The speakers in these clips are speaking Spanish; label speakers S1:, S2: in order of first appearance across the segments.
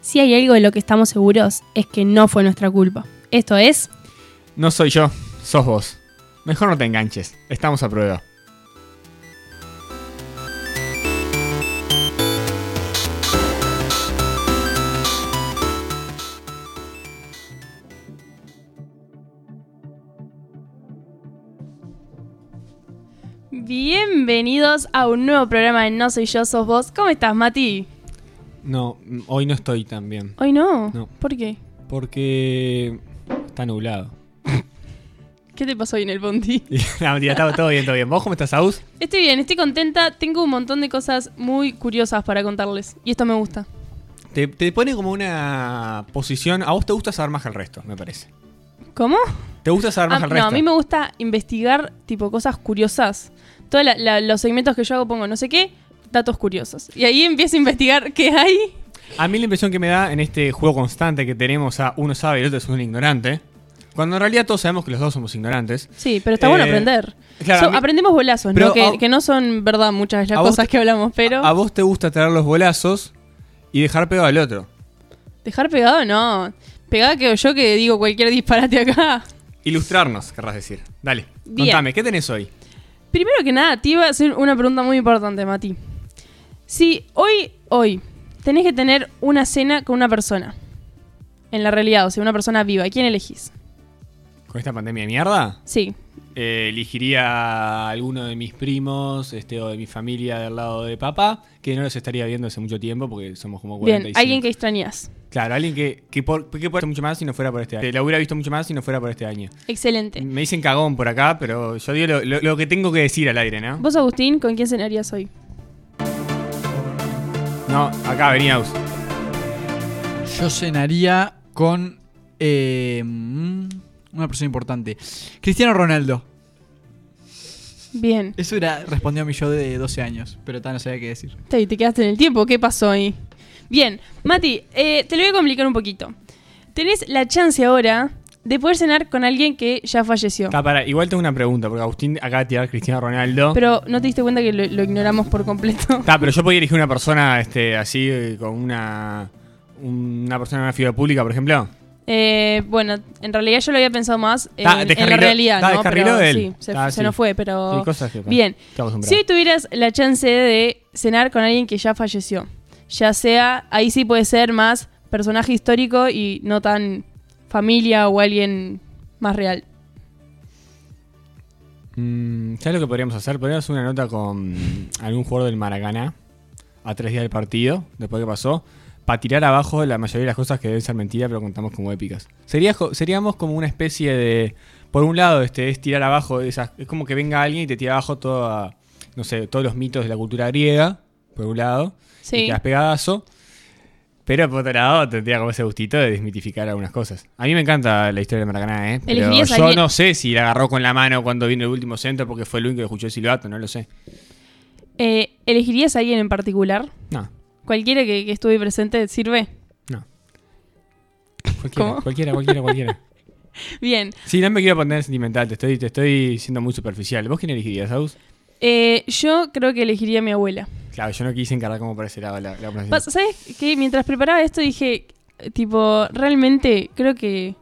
S1: Si hay algo de lo que estamos seguros es que no fue nuestra culpa. Esto es,
S2: No soy yo, sos vos. Mejor no te enganches, estamos a prueba.
S1: bienvenidos a un nuevo programa de No Soy Yo, Sos Vos. ¿Cómo estás, Mati?
S2: No, mm, hoy no estoy tan bien,
S1: Hoy no.
S2: No.
S1: ¿Por qué?
S2: porque está nublado.
S1: ¿Qué te pasó hoy en el Bondi?
S2: Y- no, mentira, está todo bien, todo bien. ¿Vos cómo estás, Aus?
S1: Estoy bien, estoy contenta. Tengo un montón de cosas muy curiosas para contarles. Y esto me gusta.
S2: Te, te pone como una posición... A vos te gusta saber más que el resto, me parece.
S1: ¿Cómo?
S2: ¿Te gusta saber
S1: Ah,
S2: más que el resto?
S1: no, a mí me gusta investigar tipo cosas curiosas. Todos la- la- los segmentos que yo hago pongo no sé qué, datos curiosos. Y ahí empiezo a investigar qué hay.
S2: A mí la impresión que me da en este juego constante que tenemos a uno sabe y el otro es un ignorante, cuando en realidad todos sabemos que los dos somos ignorantes.
S1: Sí, pero está
S2: Eh,
S1: bueno aprender.
S2: claro,
S1: So-
S2: a mí-
S1: aprendemos bolazos,
S2: Pero
S1: ¿no? Que,
S2: a-
S1: que no son verdad muchas de
S2: a
S1: las
S2: vos
S1: cosas
S2: te-
S1: que hablamos, pero
S2: A vos te gusta traer los bolazos y dejar pegado al otro.
S1: dejar pegado no. Pegada quedo yo que digo cualquier disparate acá.
S2: Ilustrarnos, querrás decir. Dale,
S1: Bien.
S2: contame, ¿qué tenés hoy?
S1: Primero que nada, te iba a hacer una pregunta muy importante, Mati. Si hoy, hoy, tenés que tener una cena con una persona, en la realidad, o sea, una persona viva, ¿quién elegís?
S2: Con esta pandemia de mierda,
S1: Sí,
S2: eh, elegiría a alguno de mis primos este, o de mi familia del lado de papá, que no los estaría viendo hace mucho tiempo porque somos como
S1: Bien,
S2: 45.
S1: alguien que extrañas.
S2: Claro, alguien que, que, por, que por mucho más si no fuera por este año. La hubiera visto mucho más si no fuera por este año.
S1: Excelente.
S2: Me dicen cagón por acá, pero yo digo lo, lo- lo que tengo que decir al aire, ¿no?
S1: Vos, Agustín, ¿con quién cenarías hoy?
S2: No, acá venía Aus.
S3: Yo cenaría con eh, mm, una persona importante. Cristiano Ronaldo.
S1: Bien.
S3: Eso era, respondió a mi yo de 12 años, pero tan no sabía qué decir.
S1: Te, te quedaste en el tiempo, ¿qué pasó ahí? Bien, Mati, eh, te lo voy a complicar un poquito. Tenés la chance ahora de poder cenar con alguien que ya falleció.
S2: Está, para, igual tengo una pregunta, porque Agustín acaba de tirar a Cristiano Ronaldo.
S1: Pero no te diste cuenta que lo, lo ignoramos por completo.
S2: Está, pero yo podía elegir una persona este, así, eh, con una. Una persona en una figura pública, por ejemplo.
S1: Eh, bueno, en realidad yo lo había pensado más en,
S2: Ta,
S1: en la
S2: Ah, descarriló-
S1: realidad,
S2: ta,
S1: ¿no?
S2: descarriló
S1: Pero
S2: él.
S1: sí, se,
S2: Ta,
S1: se
S2: sí.
S1: nos fue, pero...
S2: Sí, cosas que-
S1: Oh. Bien.
S2: Estamos
S1: Si hoy
S2: acostumbrados.
S1: tuvieras la chance de cenar con alguien que ya falleció, ya sea, ahí sí puede ser más personaje histórico y no tan familia o alguien más real.
S2: Mm, ¿Sabes lo que podríamos hacer? Podríamos hacer una nota con algún jugador del Maracaná a tres días del partido, después que pasó, para tirar abajo la mayoría de las cosas que deben ser mentiras, pero contamos como épicas. Sería, jo- seríamos como una especie de. Por un lado, este, es tirar abajo esas. Es como que venga alguien y te tira abajo toda. No sé, todos los mitos de la cultura griega, por un lado.
S1: Sí.
S2: Y quedas pegadazo. Pero por otro lado, tendría como ese gustito de desmitificar algunas cosas. A mí me encanta la historia de Maracaná, ¿eh? Pero
S1: ¿Elegirías a
S2: yo
S1: alguien-
S2: no sé si la agarró con la mano cuando vino el último centro porque fue el único que escuchó el silbato, no lo sé.
S1: Eh, ¿Elegirías a alguien en particular?
S2: No,
S1: Cualquiera que, que estuve presente sirve.
S2: no. Cualquiera,
S1: ¿Cómo?
S2: cualquiera, cualquiera, cualquiera.
S1: Bien.
S2: Sí, no me quiero poner sentimental, te estoy, te estoy siendo muy superficial. ¿Vos quién elegirías, Aus?
S1: Eh, yo creo que elegiría a mi abuela.
S2: Claro, yo no quise encargar como para ese lado la, la conversación.
S1: Pas- ¿Sabes qué? Mientras preparaba esto dije, tipo, realmente creo que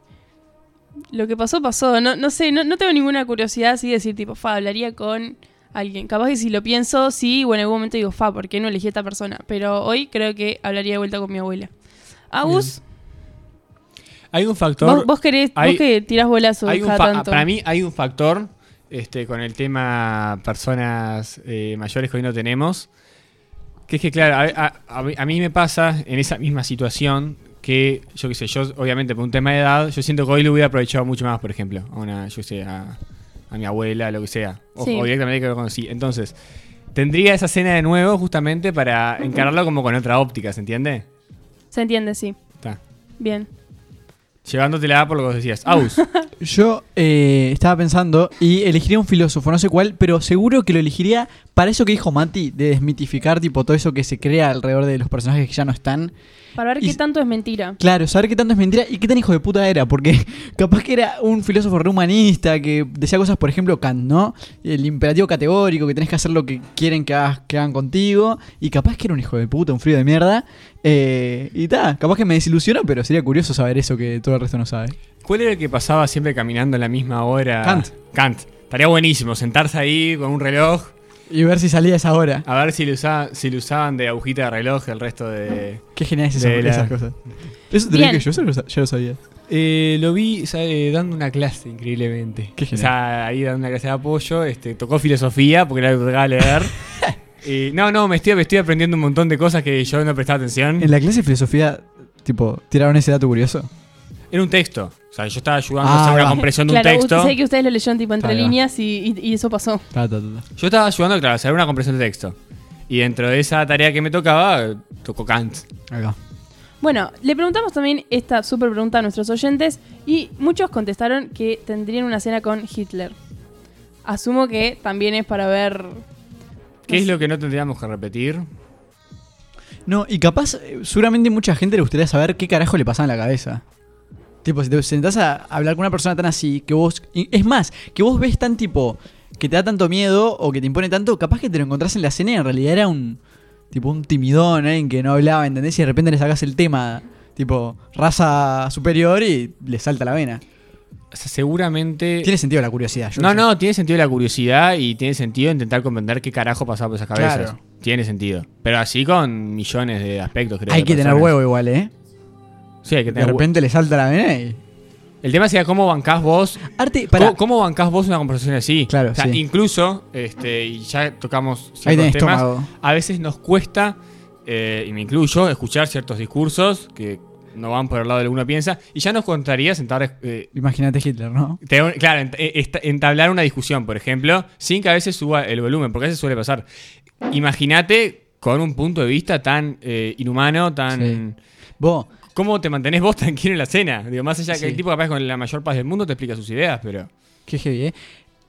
S1: lo que pasó, pasó. No, no sé, no, no tengo ninguna curiosidad así de decir, tipo, fa, hablaría con alguien. Capaz que si lo pienso, sí, o en algún momento digo, fa, ¿por qué no elegí a esta persona? Pero hoy creo que hablaría de vuelta con mi abuela. Agus,
S2: Hay un factor.
S1: vos, vos querés,
S2: hay-
S1: vos que tirás bolazos
S2: Hay un
S1: cada
S2: fa-
S1: tanto.
S2: Para mí hay un factor este, con el tema personas eh, mayores que hoy no tenemos. Que es que, claro, a, a- a mí- a mí me pasa en esa misma situación que, yo qué sé, yo obviamente por un tema de edad, yo siento que hoy lo hubiera aprovechado mucho más, por ejemplo, a una, yo qué sé, a, a mi abuela, lo que sea, o,
S1: Sí.
S2: o directamente que lo conocí. Entonces, tendría esa cena de nuevo justamente para encararlo como con otra óptica, ¿se entiende?
S1: Se entiende, sí.
S2: Está.
S1: Bien.
S2: Llevándotela por lo que decías. Aus.
S3: Yo eh, estaba pensando y elegiría un filósofo, no sé cuál, pero seguro que lo elegiría para eso que dijo Mati, de desmitificar tipo todo eso que se crea alrededor de los personajes que ya no están.
S1: Para ver
S3: Y-
S1: qué tanto es mentira.
S3: Claro, saber qué tanto es mentira y qué tan hijo de puta era, porque capaz que era un filósofo re humanista que decía cosas, por ejemplo, Kant, ¿no? El imperativo categórico, que tenés que hacer lo que quieren que, hagas, que hagan contigo, y capaz que era un hijo de puta, un frío de mierda. eh, y ta, capaz que me desilusiona, pero sería curioso saber eso que todo el resto no sabe.
S2: ¿Cuál era el que pasaba siempre caminando a la misma hora?
S3: Kant.
S2: Kant. Estaría buenísimo sentarse ahí con un reloj
S3: Y ver si salía esa hora.
S2: a ver si le, usaba- si le usaban de agujita de reloj el resto de...
S3: Qué genial es eso,
S2: De la-
S3: esas cosas. Eso te lo digo
S1: Bien.
S3: yo, eso lo sa- ya lo sabía.
S2: Eh, lo vi ¿sabe? dando una clase, increíblemente.
S3: Qué
S2: o sea, ahí dando una clase de apoyo. Este, tocó filosofía porque era lo que tocaba leer. Y, no, no, me estoy, me estoy aprendiendo un montón de cosas que yo no prestaba atención.
S3: En la clase de filosofía, tipo, tiraron ese dato curioso.
S2: Era un texto. O sea, yo estaba ayudando a
S3: Ah,
S2: hacer una
S3: va.
S2: compresión de
S1: Claro,
S2: un texto.
S1: sé que ustedes lo leyeron tipo entre
S3: Ahí va.
S1: líneas y, y- y eso pasó.
S3: Ta, ta, ta, ta.
S2: Yo estaba ayudando, claro, a hacer una compresión de texto. Y dentro de esa tarea que me tocaba, tocó Kant.
S3: Acá.
S1: Bueno, le preguntamos también esta super pregunta a nuestros oyentes y muchos contestaron que tendrían una cena con Hitler. Asumo que también es para ver.
S2: ¿Qué es lo que no tendríamos que repetir?
S3: No, y capaz, eh, seguramente mucha gente le gustaría saber qué carajo le pasaba en la cabeza. Tipo, si te sentás a hablar con una persona tan así, que vos. y Es más, que vos ves tan tipo. que te da tanto miedo o que te impone tanto, capaz que te lo encontrás en la cena y en realidad era un. tipo un timidón, alguien que no hablaba, ¿entendés? Y de repente le sacás el tema, tipo, raza superior y le salta la vena.
S2: O sea, seguramente.
S3: Tiene sentido la curiosidad, yo
S2: No,
S3: sé.
S2: no, tiene sentido la curiosidad y tiene sentido intentar comprender qué carajo pasaba por esas cabezas.
S3: Claro.
S2: Tiene sentido. Pero así con millones de aspectos, creo.
S3: Hay
S2: de
S3: que tener
S2: personas.
S3: huevo igual, ¿eh?
S2: Sí, hay que
S3: De
S2: tener huevo.
S3: repente le salta la vena y.
S2: El tema sería cómo bancás vos.
S3: Arte, para.
S2: ¿Cómo, cómo bancás vos una conversación así?
S3: Claro,
S2: O sea,
S3: sí.
S2: incluso, este, y ya tocamos
S3: Ahí
S2: ciertos
S3: tenés
S2: temas.
S3: estómago.
S2: A veces nos cuesta, eh, y me incluyo, escuchar ciertos discursos que no van por el lado del que uno piensa. Y ya nos contaría sentar eh,
S3: Imagínate Hitler, ¿no?
S2: Te- claro, ent- eh, esta- entablar una discusión, por ejemplo, sin que a veces suba el volumen, porque a veces suele pasar. Imagínate con un punto de vista tan eh, inhumano, tan...
S3: Vos.
S2: ¿Cómo te mantenés vos tranquilo en la cena? Digo, más allá que
S3: Sí.
S2: el tipo capaz con la mayor paz del mundo te explica sus ideas, pero...
S3: Qué heavy, ¿eh?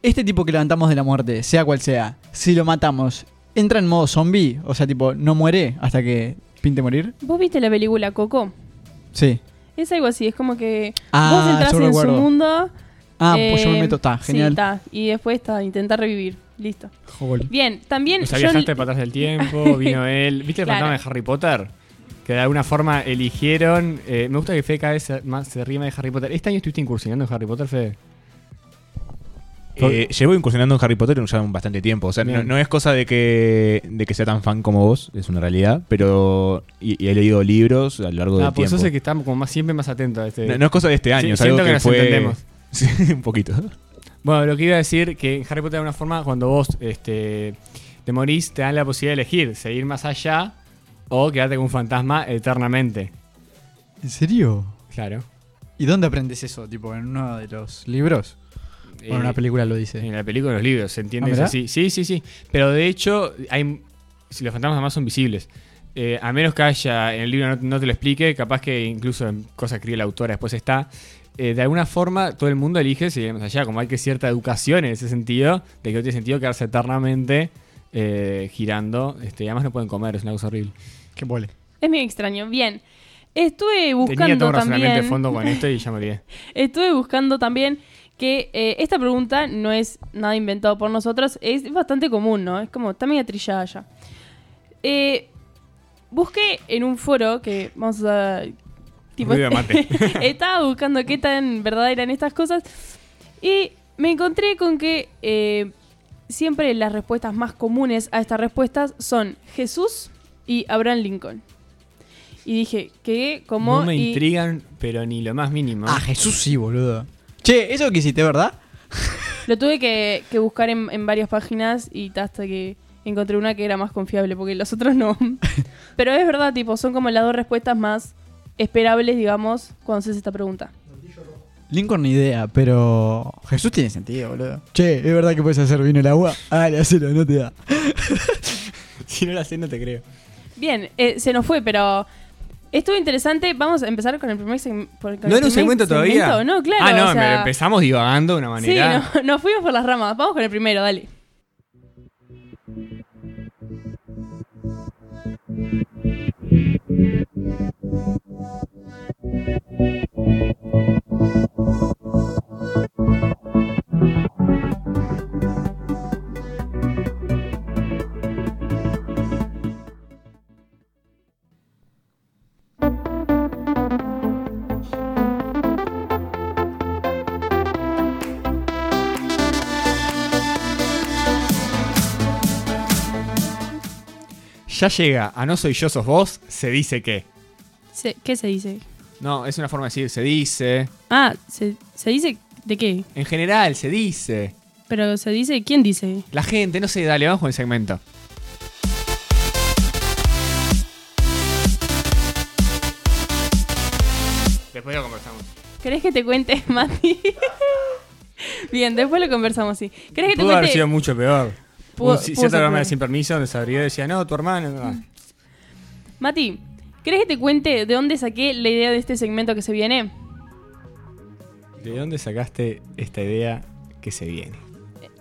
S3: Este tipo que levantamos de la muerte, sea cual sea, si lo matamos, ¿entra en modo zombie? O sea, tipo, ¿no muere hasta que pinte morir?
S1: ¿Vos viste la película Coco?
S3: Sí.
S1: Es algo así, es como que
S3: Ah,
S1: vos entras
S3: yo
S1: en su
S3: recuerdo.
S1: mundo.
S3: Ah, pues yo me
S1: eh,
S3: meto, está,
S1: sí,
S3: genial.
S1: ta, y después está, intentar revivir. Listo.
S3: Jol.
S1: Bien, también.
S2: O sea,
S1: yo-
S2: viajaste para atrás del tiempo, vino él... ¿Viste el
S1: Claro.
S2: fantasma de Harry Potter? Que de alguna forma eligieron... eh, me gusta que Fede cada vez se- más se rima de Harry Potter. ¿Este año estuviste incursionando en Harry Potter, Fede?
S4: Eh, llevo incursionando en Harry Potter ya bastante tiempo. O sea, no,
S2: Bien.
S4: no es cosa de que, de que sea tan fan como vos, es una realidad. Pero. Y, y he leído libros a lo largo
S2: Ah,
S4: del
S2: pues
S4: tiempo.
S2: sos el que está como más, siempre más atento a este...
S4: no, no es cosa de este año,
S2: Sí,
S4: es algo
S2: siento
S4: que,
S2: que nos
S4: fue.
S2: entendemos.
S4: Sí, un poquito.
S2: Bueno, lo que iba a decir que en Harry Potter de alguna forma cuando vos este, te morís te dan la posibilidad de elegir seguir más allá o quedarte con un fantasma eternamente. Eh,
S3: ¿En serio?
S2: Claro.
S3: ¿Y dónde aprendes eso? Tipo, en uno de los libros. Bueno,
S2: Eh,
S3: una película lo dice.
S2: En la película, en los libros, se entiende
S3: Ah,
S2: que es
S3: ¿verdad?
S2: así. Sí, sí, sí. Pero de hecho, hay si los fantasmas además son visibles. Eh, a menos que haya en el libro no, no te lo explique, capaz que incluso en cosas que escribe la autora después está. eh, de alguna forma, todo el mundo elige si ir más allá, como hay que cierta educación en ese sentido, de que no tiene sentido quedarse eternamente eh, girando. Este, y además no pueden comer, es una cosa horrible.
S3: Qué pole.
S1: Es medio extraño. Bien. Estuve
S2: Tenía todo
S1: buscando
S2: un razonamiento de
S1: también.
S2: fondo con esto y ya me olvidé.
S1: Estuve buscando también que eh, esta pregunta no es nada inventado por nosotros, es bastante común, ¿no? Es como, está medio trillada ya. Eh, busqué en un foro que vamos a.
S2: Ruido de mate.
S1: estaba buscando qué tan verdad eran estas cosas y me encontré con que eh, siempre las respuestas más comunes a estas respuestas son Jesús y Abraham Lincoln. Y dije, ¿qué? ¿Cómo?
S2: No me
S1: Y-
S2: intrigan, pero ni lo más mínimo.
S3: Ah, Jesús sí, boludo. Che, eso que hiciste, ¿verdad?
S1: Lo tuve que, que buscar en, en varias páginas y hasta que encontré una que era más confiable, porque los otros no. Pero es verdad, tipo, son como las dos respuestas más esperables, digamos, cuando haces esta pregunta.
S3: Lincoln ni idea, pero. Jesús tiene sentido, boludo. Che, es verdad que puedes hacer vino el agua. Ah, le hacelo, no te da.
S2: si no la sé, no te creo.
S1: Bien, eh, se nos fue, pero Estuvo interesante. Vamos a empezar con el primer seg- por- con el primer segmento.
S2: ¿No era un segmento todavía?
S1: No, claro.
S2: Ah, no,
S1: o sea,
S2: pero empezamos divagando de una
S1: Sí,
S2: manera.
S1: no, nos fuimos por las ramas. Vamos con el primero, dale.
S2: Ya llega a No soy yo, sos vos, se dice que.
S1: Se- ¿Qué se dice?
S2: No, es una forma de decir, se dice.
S1: Ah, se, se dice de qué?
S2: En general, se dice.
S1: Pero se dice, ¿quién dice?
S2: La gente, no sé, dale, vamos con el segmento. Después lo conversamos.
S1: ¿Querés que te cuente, Mati? Bien, después lo conversamos, sí. ¿Querés que te
S2: Pudo haber
S1: cuente?
S2: sido mucho peor.
S1: Pudo-
S2: Un ci-
S1: pudo
S2: cierto
S1: ser
S2: programa de
S1: peor. Mm.
S2: sin permiso donde se abrió y decía, no, tu hermano. ah.
S1: Mati, ¿querés que te cuente de dónde saqué la idea de este segmento que se viene?
S2: ¿De dónde sacaste esta idea que se viene?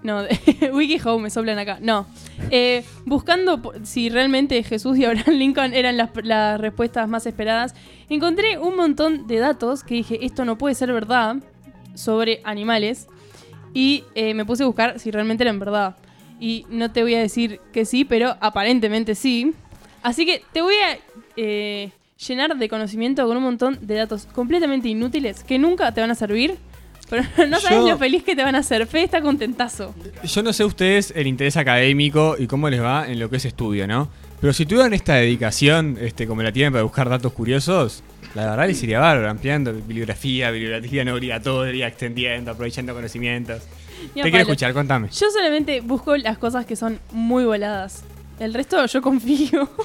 S1: No, WikiHow me soplan acá. No. Eh, buscando po- si realmente Jesús y Abraham Lincoln eran las, las respuestas más esperadas, encontré un montón de datos que dije, esto no puede ser verdad, sobre animales. Y eh, me puse a buscar si realmente eran verdad. Y no te voy a decir que sí, pero aparentemente sí. Así que te voy a eh, llenar de conocimiento con un montón de datos completamente inútiles que nunca te van a servir. Pero no sabes
S2: Yo-
S1: lo feliz que te van a hacer. Fede está contentazo.
S2: Yo no sé ustedes el interés académico y cómo les va en lo que es estudio, ¿no? Pero si tuvieran esta dedicación, este, como la tienen para buscar datos curiosos, la verdad les iría bárbaro, ampliando bibliografía, bibliografía no obligatoria, extendiendo, aprovechando conocimientos.
S1: Ni
S2: Te
S1: a
S2: quiero
S1: palo.
S2: escuchar, contame.
S1: Yo solamente busco las cosas que son muy voladas. El resto yo confío.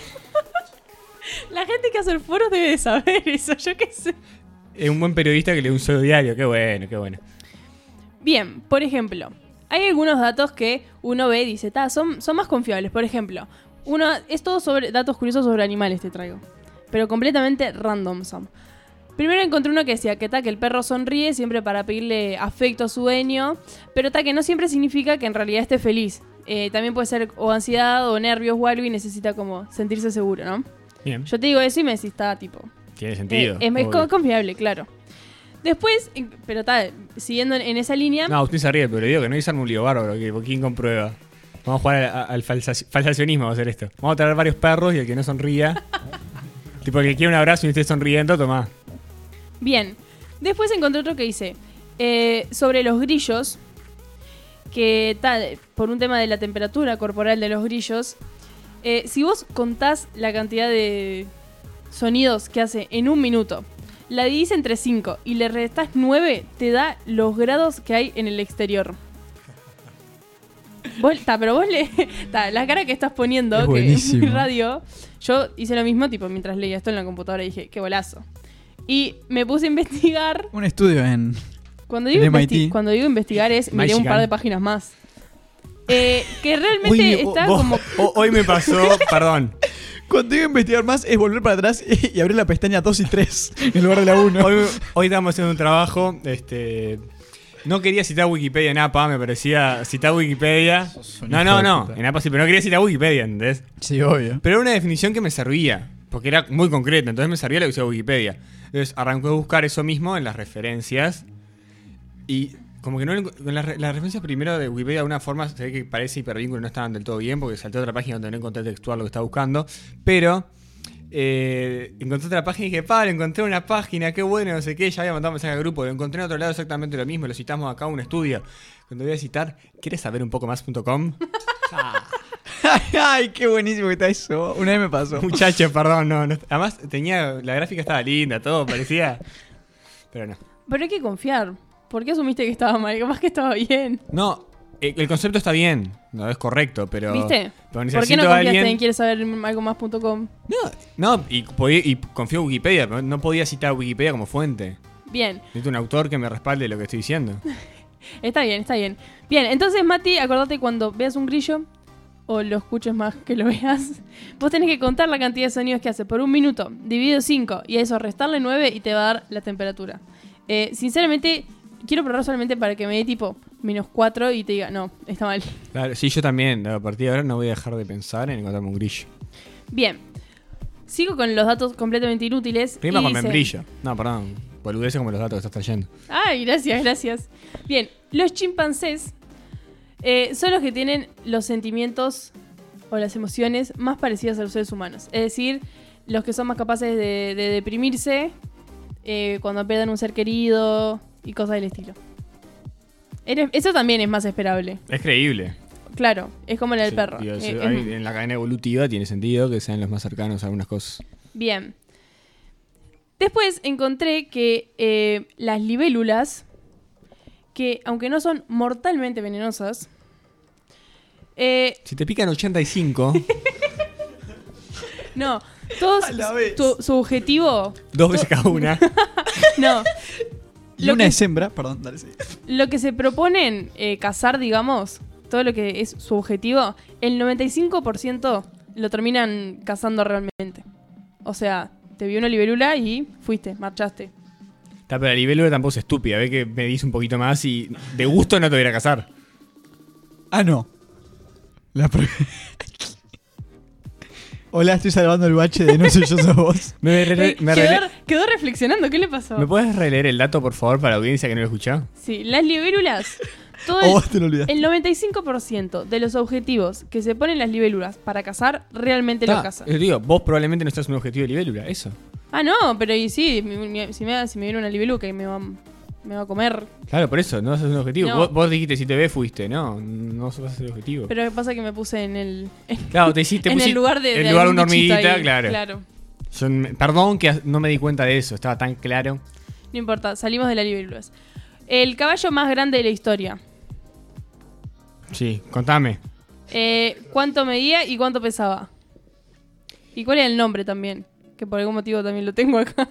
S1: La gente que hace el foro debe de saber eso, yo qué sé.
S2: Es un buen periodista que lee un solo diario, qué bueno, qué bueno.
S1: Bien, por ejemplo, hay algunos datos que uno ve y dice, "Ta, son, son más confiables. Por ejemplo, uno, es todo sobre datos curiosos sobre animales, te traigo. Pero completamente random son. Primero encontré uno que decía que, ta, que el perro sonríe siempre para pedirle afecto a su dueño, pero ta, que no siempre significa que en realidad esté feliz. Eh, también puede ser o ansiedad o nervios o algo y necesita como sentirse seguro, ¿no?
S2: Bien,
S1: Yo te digo eso y me decís, está tipo,
S2: tiene sentido.
S1: eh, es, es
S2: obvio.
S1: co- confiable, claro. Después, eh, pero tal, siguiendo en- en esa línea.
S2: No, usted se ríe, pero le digo que no hicieron un lío bárbaro, que ¿quién comprueba? Vamos a jugar al, al falsa- falsacionismo, vamos a hacer esto. Vamos a traer varios perros y el que no sonría. tipo, el que quiere un abrazo y esté sonriendo, tomá.
S1: Bien. Después encontré otro que dice eh, sobre los grillos. Que tal, por un tema de la temperatura corporal de los grillos. eh, si vos contás la cantidad de sonidos que hace en un minuto, la dividís entre 5 y le restás 9, te da los grados que hay en el exterior. Vos, ta, pero vos le. ta, la cara que estás poniendo,
S3: Es
S1: que
S3: buenísimo.
S1: radio. Yo hice lo mismo, tipo, mientras leía esto en la computadora y dije, qué bolazo. Y me puse a investigar.
S3: Un estudio en.
S1: Cuando digo,
S3: El
S1: investi-
S3: MIT.
S1: cuando digo investigar es miré un
S2: Michigan.
S1: par de páginas más. Eh, que realmente está
S2: vos-
S1: como.
S2: o- hoy me pasó, perdón,
S3: Cuando digo investigar más es volver para atrás y, y abrir la pestaña 2 y 3 en lugar de la 1.
S2: hoy, hoy estábamos haciendo un trabajo, este... No quería citar Wikipedia en APA, me parecía citar Wikipedia.
S3: un
S2: No,
S3: hijo
S2: no,
S3: de
S2: no,
S3: puta.
S2: en APA sí, pero no quería citar Wikipedia, ¿entendés?
S3: Sí, obvio.
S2: Pero era una definición que me servía, porque era muy concreta, entonces me servía lo que decía Wikipedia. Entonces arrancó a buscar eso mismo en las referencias y como que no lo encu- con las, re- las referencias primero de Wikipedia de alguna forma se ve que parece hipervínculo no estaban del todo bien porque salté a otra página donde no encontré textual lo que estaba buscando, pero eh, encontré otra página y dije, pal, encontré una página, qué bueno, no sé qué, ya había mandado mensaje al grupo, lo encontré en otro lado exactamente lo mismo, lo citamos acá en un estudio. Cuando voy a citar, ¿quieres saber un poco más.com?
S3: Ay, qué buenísimo que está eso. Una vez me pasó.
S2: Muchacho, perdón, no, no. Además, tenía. La gráfica estaba linda, todo parecía. Pero no.
S1: Pero hay que confiar. ¿Por qué asumiste que estaba mal? Capaz que estaba bien.
S2: No, eh, el concepto está bien, no es correcto, pero.
S1: ¿Viste?
S2: pero
S1: ¿Por qué
S2: necesito
S1: no
S2: a
S1: confiaste
S2: alguien-
S1: en quieres saber algo más.com?
S2: No, y, podía- y confío en Wikipedia, pero no podía citar Wikipedia como fuente.
S1: Bien,
S2: Necesito un autor que me respalde lo que estoy diciendo.
S1: está bien, está bien. Bien, entonces Mati, acordate cuando veas un grillo, o lo escuches más que lo veas, vos tenés que contar la cantidad de sonidos que hace por un minuto, dividido 5, y a eso restarle 9 y te va a dar la temperatura. Eh, sinceramente, quiero probar solamente para que me dé tipo menos 4 y te diga, no, está mal.
S2: Claro, sí, yo también. A partir de ahora no voy a dejar de pensar en encontrarme un grillo.
S1: Bien, sigo con los datos completamente inútiles.
S2: Prima
S1: y
S2: con
S1: dice-
S2: membrillo. No, perdón. Boludeces como los datos que estás trayendo.
S1: Ay, gracias, gracias. Bien, los chimpancés eh, son los que tienen los sentimientos o las emociones más parecidas a los seres humanos. Es decir, los que son más capaces de, de deprimirse eh, cuando pierden un ser querido y cosas del estilo. Eres- Eso también es más esperable.
S2: Es creíble.
S1: Claro, es como el del
S2: Sí,
S1: perro.
S2: digo, sí,
S1: Eh, es-
S2: ahí en la cadena evolutiva tiene sentido que sean los más cercanos a algunas cosas.
S1: Bien. Después encontré que eh, las libélulas, que aunque no son mortalmente venenosas, eh,
S2: Si te pican 85,
S1: no, todos
S3: A la vez.
S1: tu- su objetivo,
S2: dos veces cada una.
S1: no,
S3: Y
S1: Lo
S3: una
S1: que-
S3: es hembra, perdón, dale, sí.
S1: lo que se proponen eh, cazar, digamos, todo lo que es su objetivo, el 95% lo terminan cazando realmente. O sea, te vio una libélula y fuiste, marchaste.
S2: Está, pero la libélula tampoco es estúpida. Ve que me dice un poquito más y de gusto no te voy a ir a casar.
S3: Ah, no. La pro- Hola, estoy salvando el bache de no sé yo sos vos.
S2: ¿Me,
S1: Eh,
S2: re- me,
S1: quedó,
S2: rele-
S1: quedó reflexionando, ¿qué le pasó?
S2: ¿Me puedes releer el dato, por favor, para la audiencia que no lo escuchó?
S1: Sí, las libélulas. Todo
S3: O
S1: el,
S3: vos te lo olvidaste.
S1: el 95% de los objetivos que se ponen las libélulas para cazar realmente lo cazan.
S2: Yo digo, vos probablemente no estás en un objetivo de libélula, eso.
S1: Ah, no, pero y sí, mi- mi- si me, si me viene una libéluca y me va, me va a comer.
S2: Claro, por eso, no haces un objetivo.
S1: No.
S2: Vos, vos dijiste, si te ves, fuiste. No, no vas el objetivo.
S1: Pero pasa que me puse en el, en,
S2: claro, te hiciste.
S1: en el
S2: pusiste-
S1: lugar de,
S2: en lugar de
S1: algún
S2: una
S1: bichito
S2: hormiguita,
S1: ahí.
S2: claro. Yo me- perdón que as- no me di cuenta de eso, estaba tan claro.
S1: No importa, salimos de las libélulas. El caballo más grande de la historia.
S2: Sí, contame.
S1: Eh, ¿Cuánto medía y cuánto pesaba? ¿Y cuál era el nombre también? Que por algún motivo también lo tengo acá.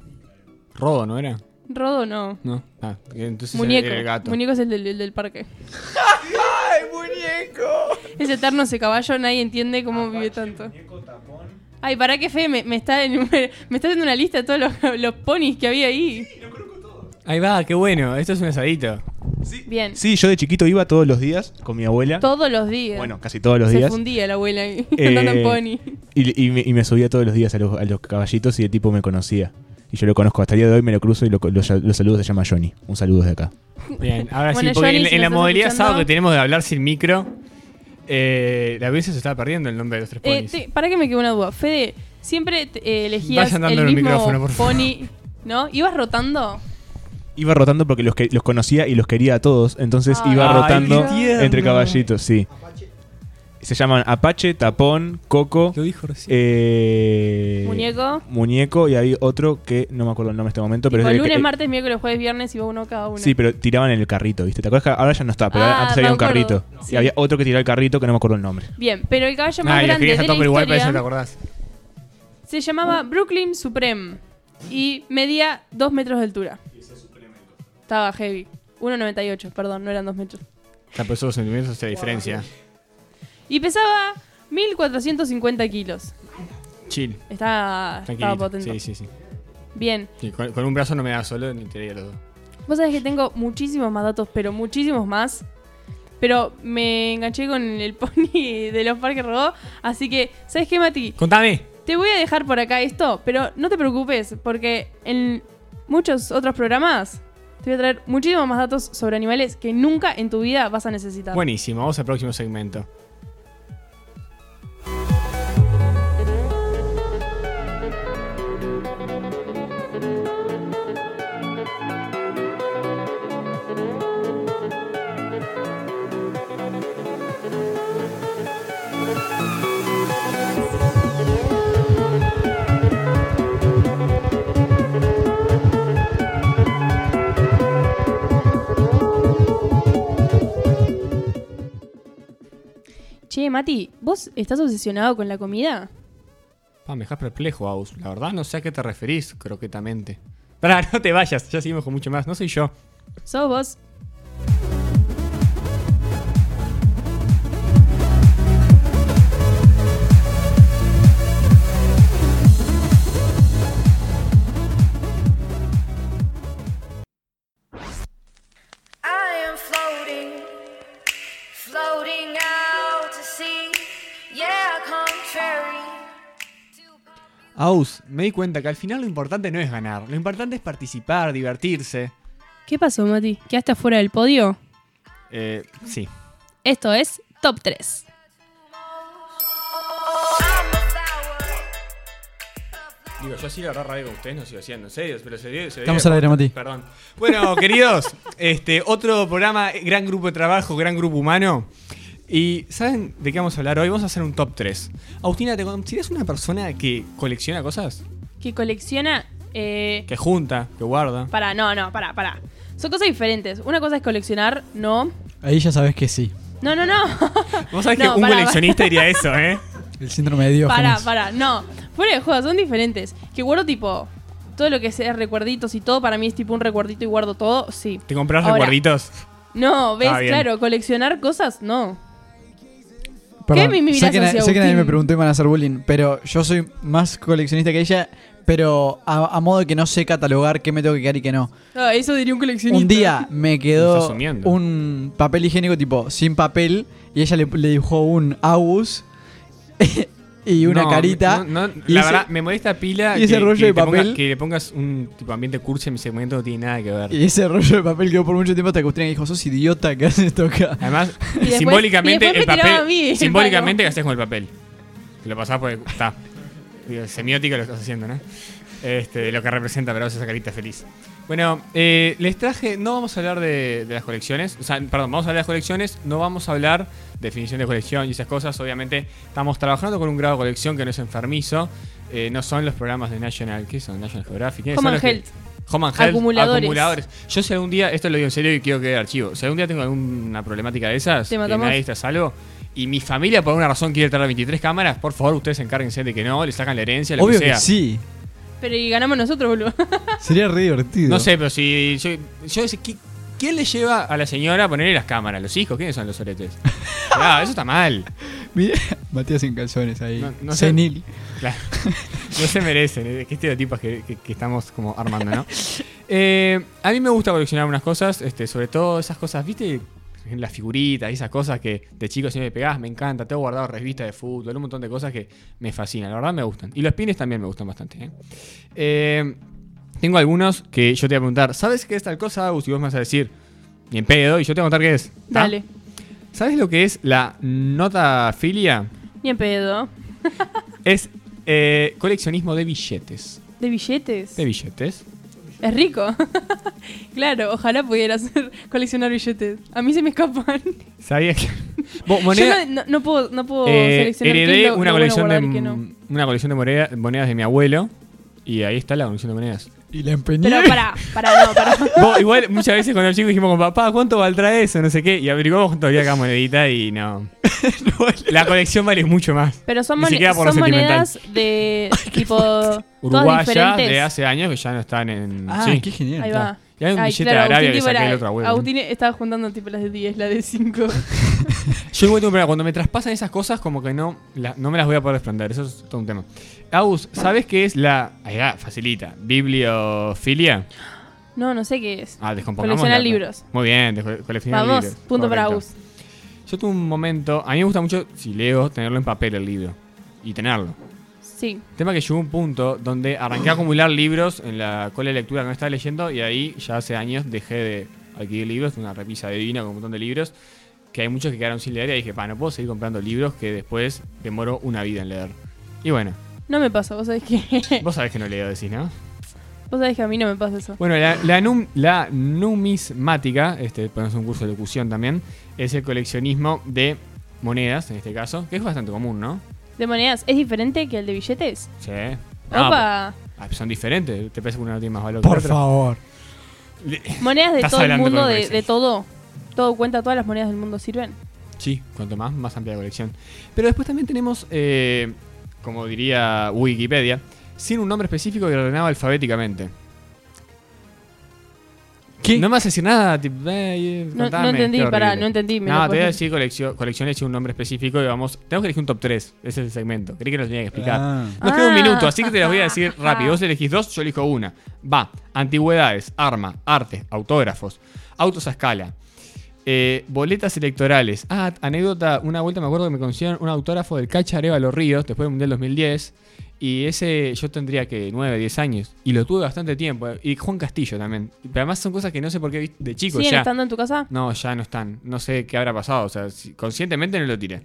S2: Rodo, ¿no era?
S1: Rodo no.
S2: No. Ah, entonces era-
S1: Muñeco.
S2: era el gato.
S1: Muñeco es el del, el del parque. ¡Ay, muñeco! Ese eterno ese caballo, nadie entiende cómo vive tanto. Ay, para qué fe, me, me está, en- me está haciendo una lista de todos los, los ponis que había ahí.
S2: Ahí va, qué bueno. Esto es un asadito.
S1: Bien.
S4: Sí, yo de chiquito iba todos los días con mi abuela.
S1: Todos los días.
S4: Bueno, casi todos los
S1: Se
S4: días.
S1: fundía la abuela ahí,
S4: Eh,
S1: andando en pony.
S4: Y, y me, y me subía todos los días a los, a los caballitos y el tipo me conocía. Y yo lo conozco hasta el día de hoy, me lo cruzo y lo, lo, lo saludo, se llama Johnny. Un saludo desde acá.
S2: Bien, ahora
S1: Bueno,
S2: sí, porque
S1: Johnny,
S2: en,
S1: si nos
S2: en la
S1: estás
S2: modalidad
S1: escuchando-
S2: asado que tenemos de hablar sin micro, eh, a veces se está perdiendo el nombre de los tres
S1: Eh,
S2: ponis.
S1: te- para que me quede una duda. Fede, siempre te- eh, elegías
S2: Vayan dándole
S1: el
S2: el
S1: mismo
S2: micrófono, por favor.
S1: pony, ¿no? ¿Ibas rotando?
S4: Iba rotando porque los, que, los conocía y los quería a todos, entonces
S1: Ay,
S4: iba
S2: qué
S4: rotando
S2: tierno.
S4: entre caballitos, sí. Se llaman Apache, Tapón, Coco,
S2: Lo dijo recién.
S4: eh,
S1: Muñeco.
S4: Muñeco y hay otro que no me acuerdo el nombre en este momento, pero
S1: Tipo,
S4: es el que-
S1: lunes,
S4: eh,
S1: martes, miércoles, jueves, viernes y uno cada uno.
S4: Sí, pero tiraban en el carrito, ¿viste? ¿Te acuerdas? que Ahora ya no está, pero
S1: Ah,
S4: antes había
S1: me
S4: un carrito.
S1: acuerdo.
S4: Y había otro que tiraba el carrito que no me acuerdo el nombre.
S1: Bien, pero el caballo más
S2: Ah, y lo
S1: grande
S2: escribías
S1: de
S2: a
S1: la
S2: tope igual, pero eso no te
S1: historia
S2: acordás.
S1: se llamaba Brooklyn Supreme y medía 2 metros de altura. Estaba heavy. 1,98, perdón, no eran 2 metros.
S2: Ya, pero esos sentimientos hace la diferencia.
S1: Y pesaba 1.450 kilos.
S2: Chill,
S1: Estaba, estaba
S2: tranquilo.
S1: potente.
S2: Sí, sí, sí.
S1: Bien,
S2: Sí, con, con un brazo no me da solo ni te daría los dos.
S1: vos sabés que tengo muchísimos más datos, pero muchísimos más. Pero me enganché con el pony de los parques robó. Así que, ¿sabes qué, Mati?
S2: ¡Contame!
S1: Te voy a dejar por acá esto, pero no te preocupes, porque en muchos otros programas te voy a traer muchísimos más datos sobre animales que nunca en tu vida vas a necesitar.
S2: Buenísimo, vamos al próximo segmento.
S1: Che, Mati, ¿vos estás obsesionado con la comida?
S2: Ah, me dejas perplejo, Aus. La verdad no sé a qué te referís, croquetamente. Pará, no te vayas, ya seguimos con mucho más. No soy yo.
S1: ¿Sos vos?
S2: Aus, me di cuenta que al final lo importante no es ganar, lo importante es participar, divertirse.
S5: ¿Qué pasó, Mati? ¿Quedaste fuera del podio?
S2: Eh, sí.
S5: Esto es Top 3.
S2: Digo, yo sí la verdad radio con ustedes no sigo haciendo, en serio, pero se dio. Se
S3: Estamos al aire, Mati.
S2: Perdón. Bueno, queridos, este, otro programa, gran grupo de trabajo, gran grupo humano. Y ¿saben de qué vamos a hablar hoy? Vamos a hacer un top 3. Agustina, ¿te consideras una persona que colecciona cosas?
S1: Que colecciona. Eh,
S2: Que junta, que guarda.
S1: Pará, no, no, pará, pará. Son cosas diferentes. Una cosa es coleccionar, no.
S3: Ahí ya sabes que sí.
S1: No, no, no.
S2: Vos sabés que
S1: No,
S2: un
S1: pará,
S2: coleccionista diría eso, ¿eh?
S3: El síndrome de Dios.
S1: Para, para, no. Fuera de juego, son diferentes. Que guardo tipo todo lo que sea recuerditos y todo, para mí es tipo un recuerdito y guardo todo, sí.
S2: ¿Te compras
S1: Ahora.
S2: recuerditos?
S1: No, ves,
S2: Ah, bien.
S1: claro, coleccionar cosas, no. ¿Qué me mirás
S3: sé que, na-
S1: hacia
S3: sé que nadie
S1: Agustín?
S3: me preguntó y me van a hacer bullying, pero yo soy más coleccionista que ella, pero a, a modo de que no sé catalogar qué me tengo que quedar y qué no.
S1: Ah, eso diría un coleccionista.
S3: Un día me
S2: Estás
S3: quedó
S2: asumiendo.
S3: un papel higiénico tipo sin papel y ella le, le dibujó un Agus y una
S2: No,
S3: carita.
S2: no, no,
S3: y
S2: la
S3: ese-
S2: verdad, me molesta pila
S3: y ese rollo de
S2: te pongas-
S3: papel.
S2: que le pongas un tipo ambiente cursi en mi segmento no tiene nada que ver.
S3: Y ese rollo de papel quedó por mucho tiempo hasta que Agustina dijo, sos idiota, ¿qué haces esto acá?
S2: Además,
S1: después-
S2: simbólicamente
S1: y después
S2: el
S1: me tiraba
S2: papel.
S1: a mí el
S2: simbólicamente, ¿qué haces con el papel? Te lo pasás porque está. Digo, semiótica lo estás haciendo, ¿no? Este, lo que representa para vos esa carita feliz. Bueno, eh, les traje. No vamos a hablar de, de las colecciones. O sea, perdón, vamos a hablar de las colecciones. No vamos a hablar de definición de colección y esas cosas. Obviamente, estamos trabajando con un grado de colección que no es enfermizo. Eh, no son los programas de National. ¿Qué son? National Geographic. ¿Quiénes
S1: Home
S2: son
S1: and
S2: los que-
S1: Health.
S2: Home and Health,
S1: Acumuladores.
S2: acumuladores. Yo si algún día, esto lo digo en serio y quiero que quede archivo, si algún día tengo alguna problemática de esas,
S1: Te
S2: que
S1: matamos.
S2: nadie está a salvo, y mi familia por una razón quiere traer 23 cámaras, por favor ustedes encárguense de que no, le sacan la herencia, lo
S3: Obvio
S2: que sea.
S3: que sí.
S1: Pero y ganamos nosotros, boludo.
S2: ¿Ah?
S3: Sería re divertido.
S2: No sé, pero si yo, yo decía, ¿qui- ¿quién le lleva a la señora a ponerle las cámaras? ¿Los hijos? ¿Quiénes son los oretes? Claro, eso está mal.
S3: Mirá, Matías en calzones ahí.
S2: No- no sé.
S3: Senil.
S2: Claro. No se merecen, eh, qué estereotipos que, que- que estamos como armando, ¿no? Eh, a mí me gusta coleccionar unas cosas, este, sobre todo esas cosas, ¿viste? Las figuritas y esas cosas que de chico siempre me pegás, me encanta. Tengo guardado revistas de fútbol, un montón de cosas que me fascinan, la verdad me gustan. Y los pines también me gustan bastante. ¿eh? Eh, tengo algunos que yo te voy a preguntar, ¿sabes qué es tal cosa, Agus? Y vos me vas a decir, ni en pedo, y yo te voy a contar qué es. ¿tá?
S1: Dale.
S2: ¿Sabes lo que es la nota filia?
S1: Ni en pedo.
S2: Es eh, coleccionismo de billetes.
S1: ¿De billetes?
S2: De billetes.
S1: Es rico. claro, ojalá pudiera hacer coleccionar billetes. A mí se me escapan.
S2: Sabía que. Mo-
S1: Yo no, no- no puedo, no puedo
S2: eh,
S1: seleccionar qué es
S2: heredé
S1: lo-
S2: una
S1: lo bueno
S2: colección de
S1: guardar y qué no.
S2: una colección de moneda- monedas de mi abuelo. Y ahí está la colección de monedas.
S3: Y la empeñé.
S1: Pero pará, pará, no, pará.
S2: Vos, igual muchas veces cuando chicos dijimos con papá, ¿cuánto valdrá eso? No sé qué. Y averiguamos cuánto valía cada monedita y no. la colección vale mucho más.
S1: Pero son,
S2: Ni
S1: mone-
S2: siquiera por lo
S1: son
S2: sentimental.
S1: monedas de tipo todas
S2: Uruguaya
S1: diferentes.
S2: de hace años que ya no están en.
S3: Ah,
S2: sí.
S3: qué genial.
S1: Ahí va.
S2: Y hay un
S1: Ay,
S2: billete
S1: claro,
S2: de Arabia
S1: Agustín
S2: que
S1: tipo
S2: saqué
S1: era-
S2: el otro abuelo.
S1: Agustín estaba juntando tipo las de 10, las de 5.
S2: Yo igual tengo un problema. Cuando me traspasan esas cosas, como que no, la- no me las voy a poder desprender. Eso es todo un tema. Aus, ¿sabes qué es la. Ahí va, facilita. Bibliofilia.
S1: No, no sé qué es.
S2: Ah, descompongamos.
S1: Coleccionar
S2: la-
S1: libros.
S2: Muy bien, desco- coleccionar
S1: Vamos,
S2: libros.
S1: punto para
S2: Correcto.
S1: Agus.
S2: Yo tuve un momento. A mí me gusta mucho, si leo, tenerlo en papel el libro. Y tenerlo.
S1: Sí.
S2: El tema es que llegó un punto donde arranqué a acumular libros en la cola de lectura que no estaba leyendo y ahí ya hace años dejé de adquirir libros, una repisa divina con un montón de libros, que hay muchos que quedaron sin leer y dije, pa, no puedo seguir comprando libros que después demoro una vida en leer. Y bueno,
S1: No me pasa, vos sabés que.
S2: vos sabés que no leo, decís, ¿no?
S1: vos sabés que a mí no me pasa eso.
S2: Bueno, la, la, num- la numismática, este, ponemos un curso de locución también, es el coleccionismo de monedas, en este caso, que es bastante común, ¿no?
S1: De monedas, ¿es diferente que el de billetes?
S2: Sí. Ah,
S1: Opa.
S2: ah, son diferentes, te parece que uno no tiene más valor que
S3: Por
S2: otro.
S3: favor.
S1: Monedas de
S2: Estás
S1: todo el
S2: hablando
S1: mundo,
S2: con
S1: de,
S2: Messi.
S1: de todo. Todo cuenta, todas las monedas del mundo sirven.
S2: Sí, cuanto más, más amplia la colección. Pero después también tenemos, eh, como diría Wikipedia, sin un nombre específico y ordenado alfabéticamente.
S3: ¿Qué?
S2: No me vas a decir nada, tipo, eh, eh,
S1: No, no
S2: contame,
S1: entendí,
S2: qué horrible.
S1: pará, no entendí. me
S2: No,
S1: lo
S2: te voy a
S1: podés-
S2: decir colección, colecciones sin un nombre específico y vamos. Tenemos que elegir un top 3. Ese es el segmento. Creí que nos tenía que explicar.
S3: Ah.
S2: Nos queda un
S1: Ah.
S2: minuto, así que te las voy a decir rápido. Vos elegís dos, yo elijo una. Va, antigüedades, arma, arte, autógrafos, autos a escala, eh, boletas electorales. Ah, anécdota, una vuelta me acuerdo que me consiguieron un autógrafo del Cacha Arevalo Ríos, después del Mundial 2010. Y ese yo tendría que 9, 10 años. Y lo tuve bastante tiempo. eh. Y Juan Castillo también. Pero además son cosas que no sé por qué viste de chico
S1: ¿Siguen
S2: ya.
S1: estando en tu casa?
S2: No, ya no están. No sé qué habrá pasado. O sea, si- conscientemente no lo tiré.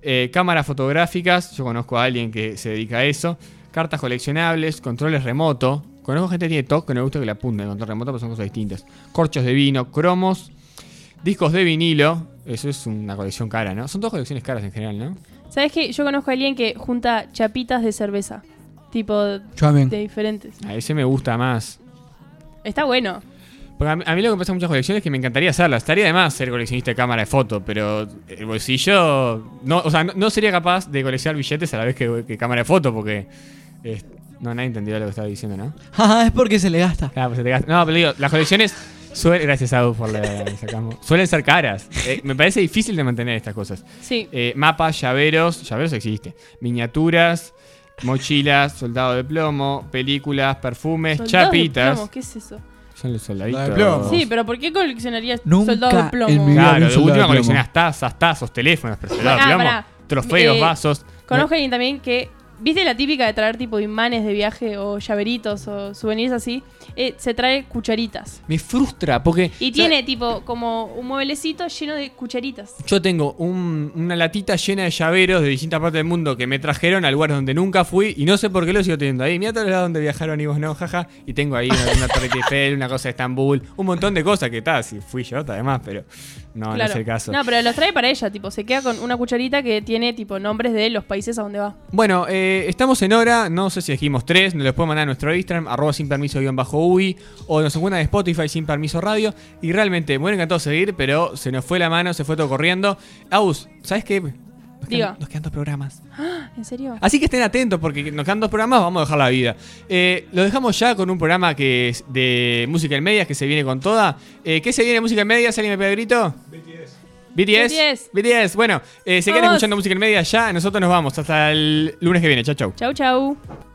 S2: Eh, cámaras fotográficas. Yo conozco a alguien que se dedica a eso. Cartas coleccionables. Controles remoto. Conozco gente que tiene TOC que no me gusta que le apunten. Control remoto, pero son cosas distintas. Corchos de vino. Cromos. Discos de vinilo. Eso es una colección cara, ¿no? Son todas colecciones caras en general, ¿no?
S1: ¿Sabes qué? Yo conozco a alguien que junta chapitas de cerveza. Tipo de
S3: Yo también.
S1: diferentes.
S2: A ese me gusta más.
S1: Está bueno.
S2: Porque a mí, a mí lo que pasa en muchas colecciones es que me encantaría hacerlas. Estaría de más ser coleccionista de cámara de foto, pero eh, el bolsillo. No, o sea, no, no sería capaz de coleccionar billetes a la vez que, que cámara de foto, porque. eh, no, nadie entendió lo que estaba diciendo, ¿no?
S3: Jaja, Ah, es porque se le gasta.
S2: Claro, pues se te gasta- No, pero digo, las colecciones. suelen- gracias, Adu, por la. el sarcasmo. Suelen ser caras. Eh, me parece difícil de mantener estas cosas.
S1: Sí.
S2: Eh, mapas, llaveros, llaveros existe. Miniaturas, mochilas, soldado de plomo, películas, perfumes,
S1: Soldados de
S2: chapitas.
S1: plomo, ¿Qué es eso?
S2: Son los soldaditos.
S3: Soldado de plomo.
S1: Sí, pero ¿por qué coleccionarías
S3: Nunca
S1: soldados de
S3: en
S1: plomo?
S3: mi vida.
S2: Claro,
S3: Había un
S2: de
S3: soldado de
S2: última
S3: plomo.
S2: coleccionás tazas, tazos, teléfonos, pero soldado de
S1: Ah,
S2: plomo,
S1: pará.
S2: trofeos,
S1: Eh,
S2: vasos.
S1: Conozco a alguien también que. ¿Viste la típica de traer tipo imanes de viaje o llaveritos o souvenirs así? Eh, se trae cucharitas.
S2: Me frustra porque
S1: Y tiene tipo como un mueblecito lleno de cucharitas.
S2: yo tengo un- una latita llena de llaveros de distintas partes del mundo que me trajeron a lugares donde nunca fui y no sé por qué lo sigo teniendo ahí. Mira todos los lados donde viajaron y vos no, jaja. Y tengo ahí una, una torre Eiffel, una cosa de Estambul, un montón de cosas que está, si fui yo además, pero no, no es el caso.
S1: No, pero los trae para ella, tipo, se queda con una cucharita que tiene tipo nombres de los países a donde va.
S2: Bueno, eh, estamos en hora, no sé si dijimos tres, nos los pueden mandar a nuestro Instagram, arroba sin permiso guión bajo UI, o nos encuentran en Spotify sin permiso radio, y realmente me hubiera encantado seguir, pero se nos fue la mano, se fue todo corriendo. Aus, ¿sabes qué? Nos quedan-
S1: Diga.
S2: nos quedan dos programas.
S1: ¿En serio?
S3: Ah.
S2: Así que estén atentos porque nos quedan dos programas, vamos a dejar la vida. Eh, lo dejamos ya con un programa que es de música en medias, que se viene con toda. Eh, ¿Qué se viene en música en medias? ¿Alguien me pega grito? BTS. BTS.
S1: BTS.
S2: BTS. Bueno, eh, se quedan
S1: Vamos.
S2: escuchando música en medias ya. Nosotros nos vamos. Hasta el lunes que viene. Chao, chao.
S1: Chau, chau.